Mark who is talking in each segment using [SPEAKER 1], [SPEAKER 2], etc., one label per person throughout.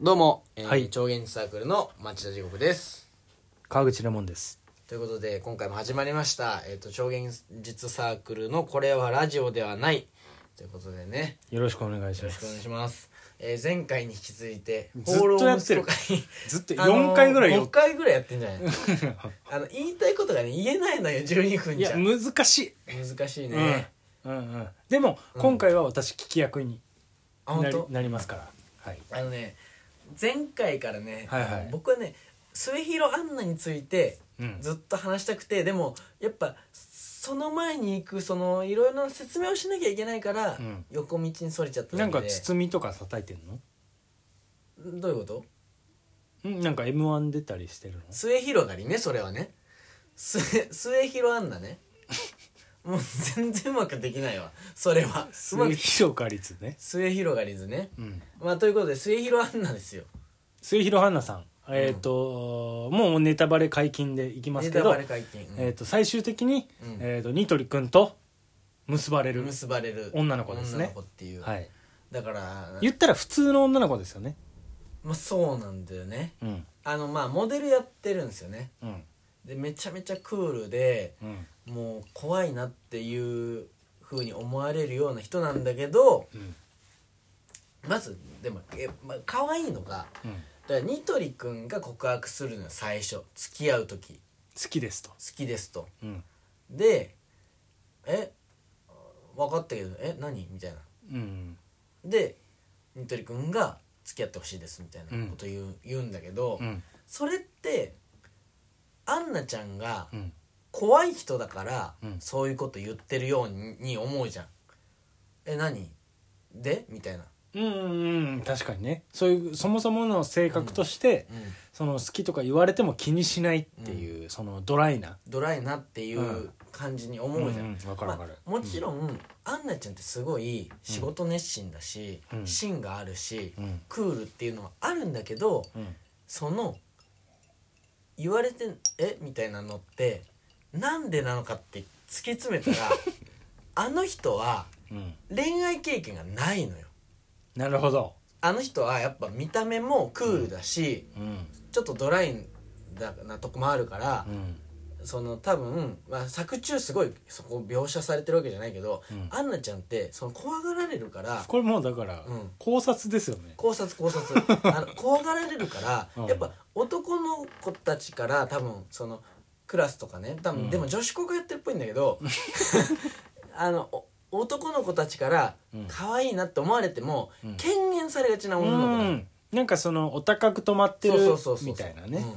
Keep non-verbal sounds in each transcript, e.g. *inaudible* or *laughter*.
[SPEAKER 1] どうも、えー
[SPEAKER 2] はい
[SPEAKER 1] 超現実サークルの町田地獄です
[SPEAKER 2] 川口レモンです
[SPEAKER 1] ということで今回も始まりました、えー、と超現実サークルの「これはラジオではない」ということでね
[SPEAKER 2] よろしくお願いし
[SPEAKER 1] よ
[SPEAKER 2] ま
[SPEAKER 1] ろしくお願い
[SPEAKER 2] す
[SPEAKER 1] します、えー前回に引き続いて
[SPEAKER 2] ずっとやってる
[SPEAKER 1] 放浪息子
[SPEAKER 2] ずっと
[SPEAKER 1] 会
[SPEAKER 2] *laughs*
[SPEAKER 1] あのー
[SPEAKER 2] 4回ぐらい
[SPEAKER 1] 5
[SPEAKER 2] よ、
[SPEAKER 1] 回ぐらいやってんじゃないあの言いたいことがね言えないのよ12分
[SPEAKER 2] *laughs* い
[SPEAKER 1] じゃ
[SPEAKER 2] や難しい、
[SPEAKER 1] 難しいね、
[SPEAKER 2] うんうんうん、でも、今回は私聞き役に
[SPEAKER 1] あ
[SPEAKER 2] な
[SPEAKER 1] 本
[SPEAKER 2] り
[SPEAKER 1] 当
[SPEAKER 2] なりますから、はい、
[SPEAKER 1] あのね前回からね、
[SPEAKER 2] はいはい
[SPEAKER 1] 僕はね末広アンナについて
[SPEAKER 2] うん
[SPEAKER 1] ずっと話したくて、でもやっぱその前に行くそのいろいろな説明をしなきゃいけないから、
[SPEAKER 2] うん
[SPEAKER 1] 横道にそれちゃっただ
[SPEAKER 2] なん
[SPEAKER 1] けで
[SPEAKER 2] か包みとか叩いてんの
[SPEAKER 1] どういうこと
[SPEAKER 2] うんなんか m 1出たりしてるの
[SPEAKER 1] 末広がりねそれはね末末広アン
[SPEAKER 2] *laughs*
[SPEAKER 1] ナねもう全然うまくできないわそれはうま
[SPEAKER 2] 末
[SPEAKER 1] く
[SPEAKER 2] 広がりつね、
[SPEAKER 1] 末広がりずね
[SPEAKER 2] うん、
[SPEAKER 1] まあということで末広アンナですよ
[SPEAKER 2] 末広花さんえっ、と、もうネタバレ解禁でいきます
[SPEAKER 1] ネ
[SPEAKER 2] け
[SPEAKER 1] タ
[SPEAKER 2] ど
[SPEAKER 1] バレ、解禁、うん
[SPEAKER 2] えー、と最終的に、
[SPEAKER 1] うん
[SPEAKER 2] えー、とニトリ君と結ばれる、
[SPEAKER 1] 結ばれる
[SPEAKER 2] 女の子ですね
[SPEAKER 1] 女の子っていう、
[SPEAKER 2] はい、
[SPEAKER 1] だから
[SPEAKER 2] 言ったら普通の女の子ですよね
[SPEAKER 1] まあ、そうなんだよね
[SPEAKER 2] うん
[SPEAKER 1] あのまあモデルやってるんですよね
[SPEAKER 2] うん
[SPEAKER 1] でめちゃめちゃクールで
[SPEAKER 2] うん
[SPEAKER 1] もう怖いなっていう風に思われるような人なんだけど
[SPEAKER 2] うん
[SPEAKER 1] まずでもえ、まあ、可愛いのが
[SPEAKER 2] うん
[SPEAKER 1] だからニトリくんが告白するのよ最初付き合う時
[SPEAKER 2] 好きですと
[SPEAKER 1] 好きですと
[SPEAKER 2] うん
[SPEAKER 1] でえ分かったけどえ何みたいな
[SPEAKER 2] うん
[SPEAKER 1] でニトリくんが付き合ってほしいですみたいなこと言う,、言うんだけど、
[SPEAKER 2] うん
[SPEAKER 1] それってアンナちゃんが
[SPEAKER 2] うん
[SPEAKER 1] 怖い人だから、
[SPEAKER 2] うん
[SPEAKER 1] そういうこと言ってるようにに思うじゃんえ何でみたいな、
[SPEAKER 2] うんうん確かにねそういうそもそもの性格として、その好きとか言われても気にしないっていう、そのドライな
[SPEAKER 1] ドライなっていううん感じに思うじゃん、
[SPEAKER 2] うんうんわかるわかる
[SPEAKER 1] まあもちろん、アンナちゃんってすごい仕事熱心だし、
[SPEAKER 2] うん
[SPEAKER 1] 芯があるし、
[SPEAKER 2] うん
[SPEAKER 1] クールっていうのはあるんだけど
[SPEAKER 2] うん
[SPEAKER 1] その言われて「えみたいなのってなんでなのかって突き詰
[SPEAKER 2] *laughs*
[SPEAKER 1] めたらあの人は
[SPEAKER 2] うん
[SPEAKER 1] 恋愛経験がないのよ
[SPEAKER 2] なるほど
[SPEAKER 1] あの人はやっぱ見た目もクールだし、
[SPEAKER 2] うん
[SPEAKER 1] ちょっとドライだなとこもあるから
[SPEAKER 2] う、ん
[SPEAKER 1] その多分、まあ、作中すごいそこ描写されてるわけじゃないけど、
[SPEAKER 2] うん
[SPEAKER 1] アンナちゃんってその怖がられるから
[SPEAKER 2] これもうだから、
[SPEAKER 1] うん
[SPEAKER 2] 考察ですよね
[SPEAKER 1] 考察
[SPEAKER 2] *laughs*
[SPEAKER 1] 考察あの怖がられるから、
[SPEAKER 2] うん
[SPEAKER 1] やっぱ男の子たちから多分そのクラスとかね多分、
[SPEAKER 2] うん
[SPEAKER 1] でも女子校がやってるっぽいんだけど *laughs* あのお男の子たちから
[SPEAKER 2] うん
[SPEAKER 1] 可愛いなって思われても、
[SPEAKER 2] うん
[SPEAKER 1] 権限されがちな
[SPEAKER 2] う
[SPEAKER 1] 女の子なの
[SPEAKER 2] んなんかそのお高く止まってる
[SPEAKER 1] そうそうそうそう
[SPEAKER 2] みたいなね、
[SPEAKER 1] う
[SPEAKER 2] う
[SPEAKER 1] ん
[SPEAKER 2] ん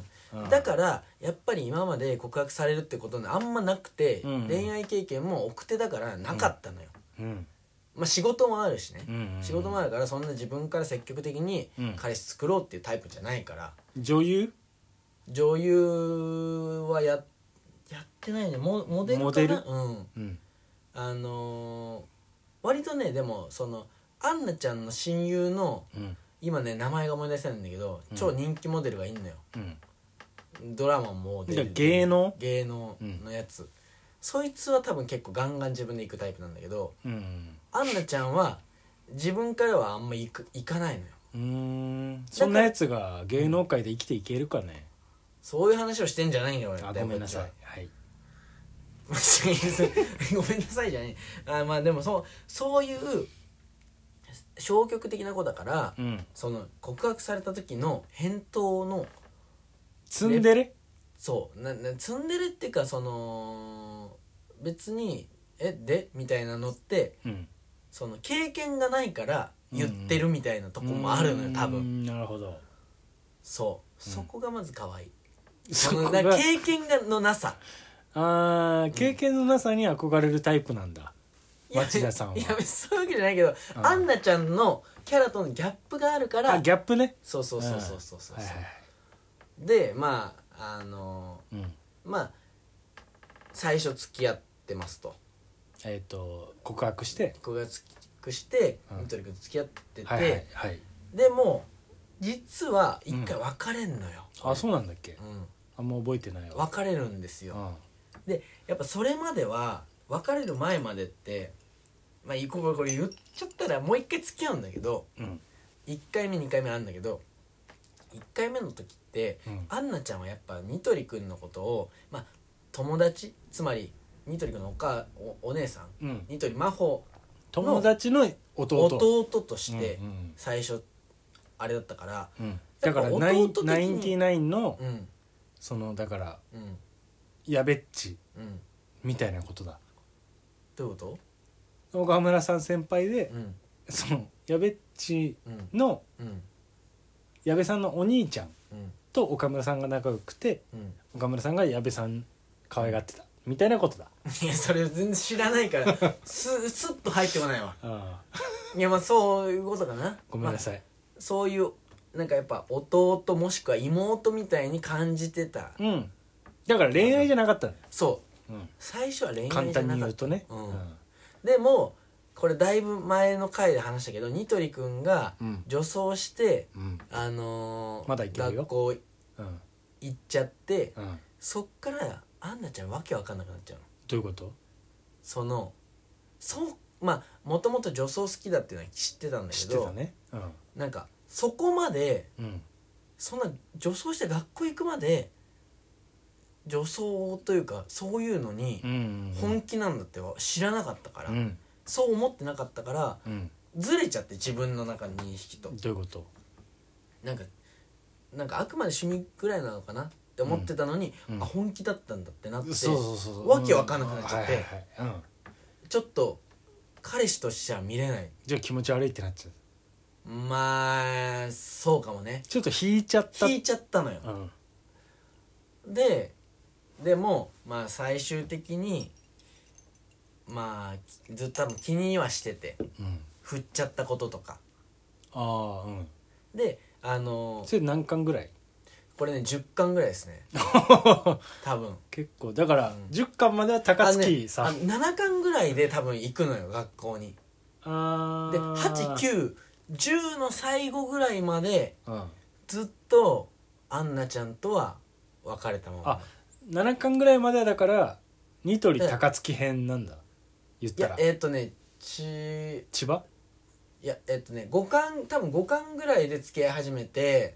[SPEAKER 1] だからやっぱり今まで告白されるってことがあんまなくて、
[SPEAKER 2] うん
[SPEAKER 1] 恋愛経験も奥手だからなかったのよ、
[SPEAKER 2] うん
[SPEAKER 1] まあ仕事もあるしね、
[SPEAKER 2] うん
[SPEAKER 1] 仕事もあるからそんな自分から積極的に
[SPEAKER 2] うん
[SPEAKER 1] 彼氏作ろうっていうタイプじゃないから
[SPEAKER 2] 女優
[SPEAKER 1] 女優はややってないねモモデルかな
[SPEAKER 2] モデル
[SPEAKER 1] うん
[SPEAKER 2] うん
[SPEAKER 1] あのー割とねでもそのアンナちゃんの親友の
[SPEAKER 2] うん
[SPEAKER 1] 今ね名前が思い出せないんだけど
[SPEAKER 2] うん
[SPEAKER 1] 超人気モデルがいんのよ、
[SPEAKER 2] うん
[SPEAKER 1] ドラマも出る
[SPEAKER 2] 芸能
[SPEAKER 1] 芸能のやつ、そいつは多分結構ガンガン自分で行くタイプなんだけど
[SPEAKER 2] うん
[SPEAKER 1] アンナちゃんは自分からはあんま行く行かないのよ
[SPEAKER 2] うーんそんなやつが芸能界で生きていけるかね、
[SPEAKER 1] そういう話をしてんじゃないよ俺
[SPEAKER 2] あごめんな
[SPEAKER 1] *laughs*
[SPEAKER 2] さいはい
[SPEAKER 1] こっちはごめんなさいじゃねえあまあでもそうそういう消極的な子だから、
[SPEAKER 2] うん
[SPEAKER 1] その告白された時の返答の
[SPEAKER 2] ツンデレ
[SPEAKER 1] そうななツンデレっていうかその別に「えで?」みたいなのって
[SPEAKER 2] うん
[SPEAKER 1] その経験がないから言ってるみたいなとこもあるのよ多
[SPEAKER 2] うー
[SPEAKER 1] 分
[SPEAKER 2] んなるほど
[SPEAKER 1] そうそこがまず可愛い
[SPEAKER 2] そこ
[SPEAKER 1] の
[SPEAKER 2] が
[SPEAKER 1] な経験がのなさ
[SPEAKER 2] あー経験のなさに憧れるタイプなんだ
[SPEAKER 1] いや
[SPEAKER 2] 町田さんはい
[SPEAKER 1] やそういうわけじゃないけど
[SPEAKER 2] うん
[SPEAKER 1] アンナちゃんのキャラとのギャップがあるから
[SPEAKER 2] あギャップね
[SPEAKER 1] そうそうそうそうそうそう、
[SPEAKER 2] はいはい
[SPEAKER 1] でまああの
[SPEAKER 2] うん
[SPEAKER 1] まあ最初付き合ってますと
[SPEAKER 2] えっ、と告白して
[SPEAKER 1] 僕が付きして
[SPEAKER 2] うん
[SPEAKER 1] ニトリ君と付き合ってて、
[SPEAKER 2] はいはいはい
[SPEAKER 1] でも実は一回別れんのよ、
[SPEAKER 2] あそうなんだっけ
[SPEAKER 1] うん
[SPEAKER 2] あんま覚えてないわ
[SPEAKER 1] 別れるんです
[SPEAKER 2] う
[SPEAKER 1] よ、
[SPEAKER 2] ん
[SPEAKER 1] でやっぱそれまでは別れる前までってまあいいこれこれ言っちゃったらもう一回付き合うんだけど
[SPEAKER 2] うん
[SPEAKER 1] 1回目2回目あるんだけど1回目の時って
[SPEAKER 2] うん
[SPEAKER 1] アンナちゃんはやっぱニトリくんのことを、まあ、友達つまりニトリくんのおかおお姉さん
[SPEAKER 2] うん、
[SPEAKER 1] ニトリ真帆
[SPEAKER 2] 友達の弟
[SPEAKER 1] 弟として
[SPEAKER 2] うんうん
[SPEAKER 1] 最初あれだったから
[SPEAKER 2] うんだから
[SPEAKER 1] やっぱ
[SPEAKER 2] ナイン
[SPEAKER 1] 弟的に
[SPEAKER 2] ナインティナインの
[SPEAKER 1] うん
[SPEAKER 2] そのだから
[SPEAKER 1] うん
[SPEAKER 2] やべっち
[SPEAKER 1] うん
[SPEAKER 2] みたいなことだ
[SPEAKER 1] どういうこと
[SPEAKER 2] 岡村さん先輩で
[SPEAKER 1] うん
[SPEAKER 2] そのやべっち
[SPEAKER 1] うん
[SPEAKER 2] の
[SPEAKER 1] うん
[SPEAKER 2] 矢部さんのお兄ちゃん
[SPEAKER 1] うん
[SPEAKER 2] と岡村さんが仲良くて
[SPEAKER 1] うん
[SPEAKER 2] 岡村さんが矢部さん可愛がってたみたいなことだ
[SPEAKER 1] *laughs* いやそれ全然知らないからすすっと入ってこないわ
[SPEAKER 2] ああ
[SPEAKER 1] いやまあそういうことかな
[SPEAKER 2] ごめんな
[SPEAKER 1] ま
[SPEAKER 2] さい、
[SPEAKER 1] あそういうなんかやっぱ弟もしくは妹みたいに感じてた
[SPEAKER 2] うんだから恋愛じゃなかったのよ、
[SPEAKER 1] そう
[SPEAKER 2] うん、
[SPEAKER 1] 最初は恋愛じゃ
[SPEAKER 2] 簡
[SPEAKER 1] なかった
[SPEAKER 2] 単に言うとね
[SPEAKER 1] う
[SPEAKER 2] うんん
[SPEAKER 1] でもこれだいぶ前の回で話したけどニトリくんが
[SPEAKER 2] うん
[SPEAKER 1] 女装して、
[SPEAKER 2] うん
[SPEAKER 1] あのー
[SPEAKER 2] まだいけるよ
[SPEAKER 1] 学校
[SPEAKER 2] うん
[SPEAKER 1] 行っちゃって
[SPEAKER 2] うん
[SPEAKER 1] そっからアンナちゃんわけわかんなくなっちゃうの
[SPEAKER 2] どういうこと
[SPEAKER 1] そのそうまあもともと女装好きだっていうのは知ってたんだ
[SPEAKER 2] 知
[SPEAKER 1] け
[SPEAKER 2] って
[SPEAKER 1] ど
[SPEAKER 2] たねうん
[SPEAKER 1] なんかそこまで
[SPEAKER 2] うん
[SPEAKER 1] そんな女装して学校行くまで女装というかそういうのに
[SPEAKER 2] うん
[SPEAKER 1] 本気なんだっては知らなかったから、
[SPEAKER 2] うん
[SPEAKER 1] そう思ってなかったから
[SPEAKER 2] うん
[SPEAKER 1] ずれちゃって自分の中の認識と
[SPEAKER 2] どういうこと
[SPEAKER 1] なんかなんかあくまで趣味ぐらいなのかなって思ってたのに、
[SPEAKER 2] うんうん
[SPEAKER 1] あ本気だったんだってなって
[SPEAKER 2] そうそうそうそう
[SPEAKER 1] わけわかんなくなっちゃって
[SPEAKER 2] うんはいはいはいうん
[SPEAKER 1] ちょっと彼氏としては見れない
[SPEAKER 2] じゃあ気持ち悪いってなっちゃう
[SPEAKER 1] まあそうかもね
[SPEAKER 2] ちょっと引いちゃった
[SPEAKER 1] 引いちゃったのよ
[SPEAKER 2] うん
[SPEAKER 1] ででもまあ最終的にまあずっと多分気にはしてて
[SPEAKER 2] うん
[SPEAKER 1] 振っちゃったこととか
[SPEAKER 2] ああうん
[SPEAKER 1] であの
[SPEAKER 2] それ何巻ぐら
[SPEAKER 1] *laughs*
[SPEAKER 2] い
[SPEAKER 1] これね10巻ぐらいですね多分
[SPEAKER 2] 結構だから
[SPEAKER 1] うん
[SPEAKER 2] 10巻までは
[SPEAKER 1] あ
[SPEAKER 2] 高
[SPEAKER 1] のね
[SPEAKER 2] 槻さ
[SPEAKER 1] あ
[SPEAKER 2] ん
[SPEAKER 1] 7巻ぐらいで多分行くのよ学校に
[SPEAKER 2] あ
[SPEAKER 1] で
[SPEAKER 2] ー
[SPEAKER 1] 8910の最後ぐらいまで
[SPEAKER 2] うん
[SPEAKER 1] ずっとアンナちゃんとは別れたまま
[SPEAKER 2] あ7巻ぐらいまではだからニトリ高槻編なんだ言っ
[SPEAKER 1] い
[SPEAKER 2] た
[SPEAKER 1] や
[SPEAKER 2] ら
[SPEAKER 1] えっ、とねち
[SPEAKER 2] 千葉
[SPEAKER 1] いやえっとね5巻多分5巻ぐらいで付き合い始めて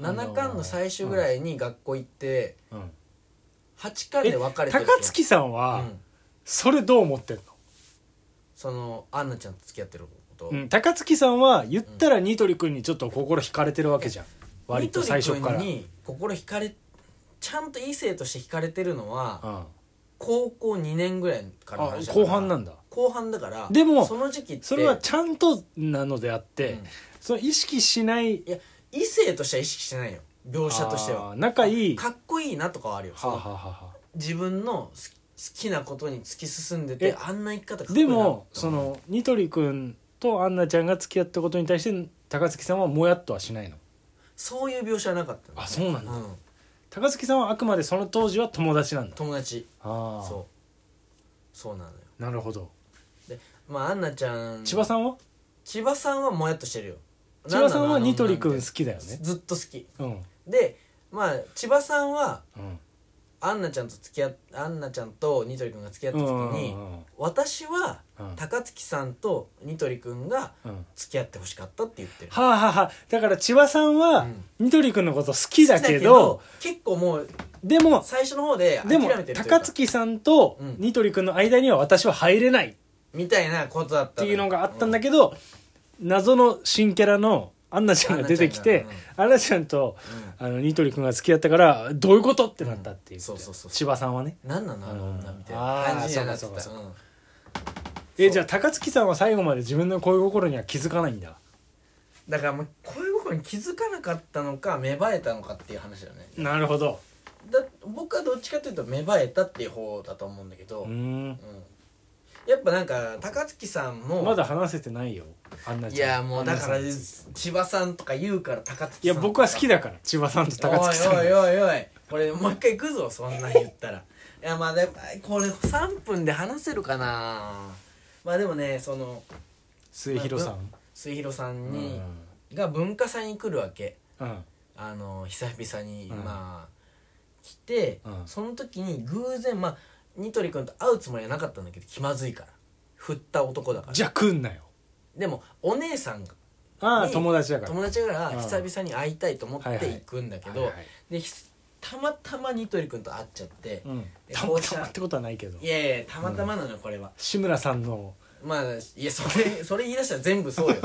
[SPEAKER 1] 7巻の最終ぐらいに学校行って
[SPEAKER 2] うん
[SPEAKER 1] 8巻で別れてる
[SPEAKER 2] 高槻さん
[SPEAKER 1] う
[SPEAKER 2] は
[SPEAKER 1] ん、
[SPEAKER 2] それどう思ってんの
[SPEAKER 1] そのアンナちゃんと付き合ってること、
[SPEAKER 2] うん高槻さんは言ったらニトリ君にちょっと心惹かれてるわけじゃん割と最初から
[SPEAKER 1] ニトリ君に心惹かれちゃんと異性として惹かれてるのは
[SPEAKER 2] うん
[SPEAKER 1] 高校2年ぐらいからの
[SPEAKER 2] あ
[SPEAKER 1] 話だから
[SPEAKER 2] 後半なんだ
[SPEAKER 1] 後半だから
[SPEAKER 2] でも
[SPEAKER 1] その時期って
[SPEAKER 2] それはちゃんとなのであっ
[SPEAKER 1] う
[SPEAKER 2] て
[SPEAKER 1] ん
[SPEAKER 2] その意識しない
[SPEAKER 1] 異性としては意識してないよ描写として
[SPEAKER 2] あ
[SPEAKER 1] は
[SPEAKER 2] ー仲いい
[SPEAKER 1] かっこいいなとかはあるよ
[SPEAKER 2] はあは
[SPEAKER 1] その
[SPEAKER 2] あはあは
[SPEAKER 1] 自分の好き好きなことに突き進んでて
[SPEAKER 2] え
[SPEAKER 1] あんな生き方か
[SPEAKER 2] あ
[SPEAKER 1] っこい
[SPEAKER 2] で
[SPEAKER 1] いなって思
[SPEAKER 2] も
[SPEAKER 1] う
[SPEAKER 2] そのニトリ君とアンナちゃんが付き合ったことに対して高槻さんはもやっとはしないの
[SPEAKER 1] そういう描写はなかったの
[SPEAKER 2] あそうなんだ
[SPEAKER 1] うん
[SPEAKER 2] 高槻さんはあくまでその当時は友達なんだ
[SPEAKER 1] 友達
[SPEAKER 2] ああ
[SPEAKER 1] そうそうなのよ
[SPEAKER 2] なるほど
[SPEAKER 1] まあアンナちゃん
[SPEAKER 2] 千葉さんは
[SPEAKER 1] 千葉さんはもやっとしてるよ
[SPEAKER 2] 千葉さんはニトリ
[SPEAKER 1] くん
[SPEAKER 2] 君好きだよね
[SPEAKER 1] ずっと好き
[SPEAKER 2] うん
[SPEAKER 1] でまあ千葉さんは
[SPEAKER 2] うん
[SPEAKER 1] アンナちゃんと付き合っアンナちゃんとニトリくんが付き合
[SPEAKER 2] う
[SPEAKER 1] った
[SPEAKER 2] ん
[SPEAKER 1] 時
[SPEAKER 2] う
[SPEAKER 1] に
[SPEAKER 2] ん
[SPEAKER 1] 私は
[SPEAKER 2] うん
[SPEAKER 1] 高槻さんとニトリくんが
[SPEAKER 2] うん
[SPEAKER 1] 付き合ってほしかったって言ってる
[SPEAKER 2] はあはあはあだから千葉さんは
[SPEAKER 1] うん
[SPEAKER 2] ニトリ君のこと好きだけど
[SPEAKER 1] 好きだけ結構もう
[SPEAKER 2] でも
[SPEAKER 1] 最初の方で
[SPEAKER 2] で
[SPEAKER 1] 諦
[SPEAKER 2] も
[SPEAKER 1] めてるというか
[SPEAKER 2] 高槻さんと
[SPEAKER 1] うん
[SPEAKER 2] ニトリ君の間には私は入れないっ
[SPEAKER 1] みたいなことだった
[SPEAKER 2] ていうのがあったんだ
[SPEAKER 1] け
[SPEAKER 2] けど謎の新キャラのアンナちゃんが出てきてアンナちゃんと
[SPEAKER 1] ど、うん
[SPEAKER 2] あのニトリ君が付き合ったからどういうことってなったっていう
[SPEAKER 1] そうそうそう
[SPEAKER 2] 千葉さんはね
[SPEAKER 1] なんなのあの
[SPEAKER 2] うん
[SPEAKER 1] 女みたいな感じにはなって
[SPEAKER 2] あーそ
[SPEAKER 1] た
[SPEAKER 2] うかそうかそう
[SPEAKER 1] うん
[SPEAKER 2] えじゃあ高槻さんは最後まで自分の恋心には気づかないんだ
[SPEAKER 1] だからもう恋心に気づかなかったのか芽生えたのかっていう話だよね
[SPEAKER 2] なるほど
[SPEAKER 1] だ僕はどっちかというと芽生えたっていう方だと思うんだけど、
[SPEAKER 2] うー
[SPEAKER 1] うん
[SPEAKER 2] ん
[SPEAKER 1] やっぱなんか高槻さんも
[SPEAKER 2] まだ話せてないよアンナ
[SPEAKER 1] い
[SPEAKER 2] ちゃん
[SPEAKER 1] やもうだから
[SPEAKER 2] アンナさんについて
[SPEAKER 1] 千葉さんとか言うから高槻さん
[SPEAKER 2] いや僕は好き
[SPEAKER 1] だ
[SPEAKER 2] だから千葉さんと高槻さん
[SPEAKER 1] おいおいおいおいこれもう一回行くぞそんなん言ったら *laughs* いやまあでもこれ3分で話せるかなまあでもねその
[SPEAKER 2] 末広さん
[SPEAKER 1] 末広さん
[SPEAKER 2] う
[SPEAKER 1] に
[SPEAKER 2] ん、
[SPEAKER 1] が文化祭に来るわけ
[SPEAKER 2] うん
[SPEAKER 1] あの久々に、
[SPEAKER 2] うん
[SPEAKER 1] まあ来て、
[SPEAKER 2] うん
[SPEAKER 1] その時に偶然まあニトリ君と会うつもりはなかったんだけど気まずいから振った男だから
[SPEAKER 2] じゃあ来んなよ
[SPEAKER 1] でもお姉さんが
[SPEAKER 2] ああ
[SPEAKER 1] に
[SPEAKER 2] 友達だから
[SPEAKER 1] 友達だから
[SPEAKER 2] うん
[SPEAKER 1] 久々に会いたいと思って
[SPEAKER 2] はいはい
[SPEAKER 1] 行くんだけ
[SPEAKER 2] は
[SPEAKER 1] ど
[SPEAKER 2] いはい
[SPEAKER 1] でひたまたまニトリ君と会っちゃって
[SPEAKER 2] うん、
[SPEAKER 1] で
[SPEAKER 2] たま
[SPEAKER 1] 紅茶
[SPEAKER 2] たまってことはないけど
[SPEAKER 1] いやいやたまたまなのよこれは
[SPEAKER 2] 志村さんの
[SPEAKER 1] まあいやそれそれ言い出したら全
[SPEAKER 2] *laughs*
[SPEAKER 1] 部そうよ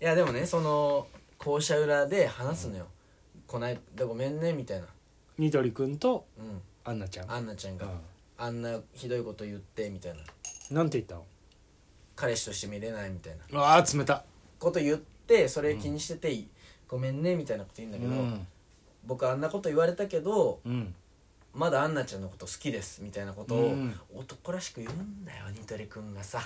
[SPEAKER 1] いやでもねその校舎裏で話すのよ「こないだごめんね」みたいな
[SPEAKER 2] ニトリくんと
[SPEAKER 1] うん
[SPEAKER 2] アンナちゃん
[SPEAKER 1] アンナちゃん
[SPEAKER 2] う
[SPEAKER 1] が「あんなひどいこと言って」みたいなん
[SPEAKER 2] なんて言ったの
[SPEAKER 1] 「彼氏として見れない」みたいな
[SPEAKER 2] うわあ冷た
[SPEAKER 1] こと言ってそれ気にしてていい「ごめんね」みたいなこと言うんだ
[SPEAKER 2] う
[SPEAKER 1] けど、
[SPEAKER 2] ん
[SPEAKER 1] 僕あんなこと言われたけど
[SPEAKER 2] うん
[SPEAKER 1] まだアンナちゃんのこと好きですみたいなこと
[SPEAKER 2] う
[SPEAKER 1] を
[SPEAKER 2] ん
[SPEAKER 1] 男らしく言うんだよニトリくんがさ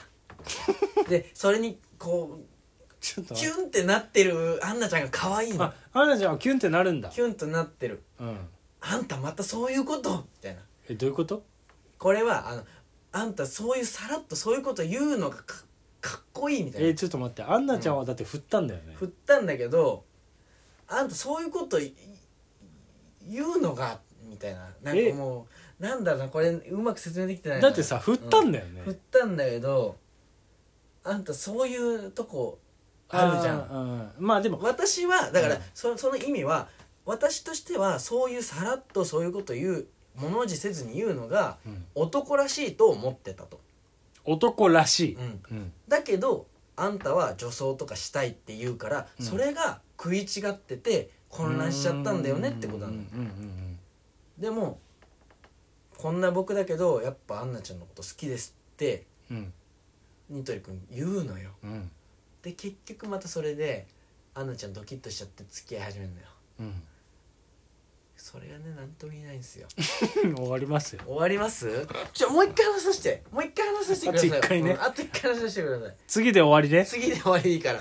[SPEAKER 1] でそれにこう
[SPEAKER 2] ちょっと待
[SPEAKER 1] キ
[SPEAKER 2] って
[SPEAKER 1] ュンってなってるアンナちゃんが可愛いの
[SPEAKER 2] あアンナちゃんはキュンってなるんだ
[SPEAKER 1] キュンとなってる
[SPEAKER 2] うん
[SPEAKER 1] あんたまたそういうことみたいな
[SPEAKER 2] えどういうこと
[SPEAKER 1] これはあのあんたそういうさらっとそういうこと言うのがかかっこいいみたいな
[SPEAKER 2] えちょっと待ってアンナちゃんはだって振ったんだよね
[SPEAKER 1] 振ったんだけどあんたそういうことい言うのがみたいななん
[SPEAKER 2] え
[SPEAKER 1] かもうなんだろうなこれうまく説明できてないな
[SPEAKER 2] だってさ振ったんだよね
[SPEAKER 1] 振ったんだけどあんたそういうとこあるじゃん
[SPEAKER 2] んまあでも
[SPEAKER 1] 私はだから、
[SPEAKER 2] うん
[SPEAKER 1] そその意味は私としてはそういうさらっとそういうこと言う物おじせずに言うのが
[SPEAKER 2] うん
[SPEAKER 1] 男らしいと思ってたと、
[SPEAKER 2] 男らしい
[SPEAKER 1] うん
[SPEAKER 2] うん
[SPEAKER 1] だけどあんたは女装とかしたいって言うから、
[SPEAKER 2] うん
[SPEAKER 1] それが食い違ってて混乱しちゃったんだよねってことな
[SPEAKER 2] う
[SPEAKER 1] の
[SPEAKER 2] んうんうん
[SPEAKER 1] でもこんな僕だけどやっぱアンナちゃんのこと好きですって
[SPEAKER 2] うん
[SPEAKER 1] ニトリ君言うのよ
[SPEAKER 2] うんうん
[SPEAKER 1] で結局またそれでアンナちゃんドキッとしちゃって付き合い始めるのよ
[SPEAKER 2] うん
[SPEAKER 1] それがね何とも言えないんですよ
[SPEAKER 2] 終わりますよ
[SPEAKER 1] 終わりますじゃもう一回話させてもう一回話させてください
[SPEAKER 2] あと一回ね
[SPEAKER 1] うんあと一回話させてください
[SPEAKER 2] 次で終わりね
[SPEAKER 1] 次で終わりいいから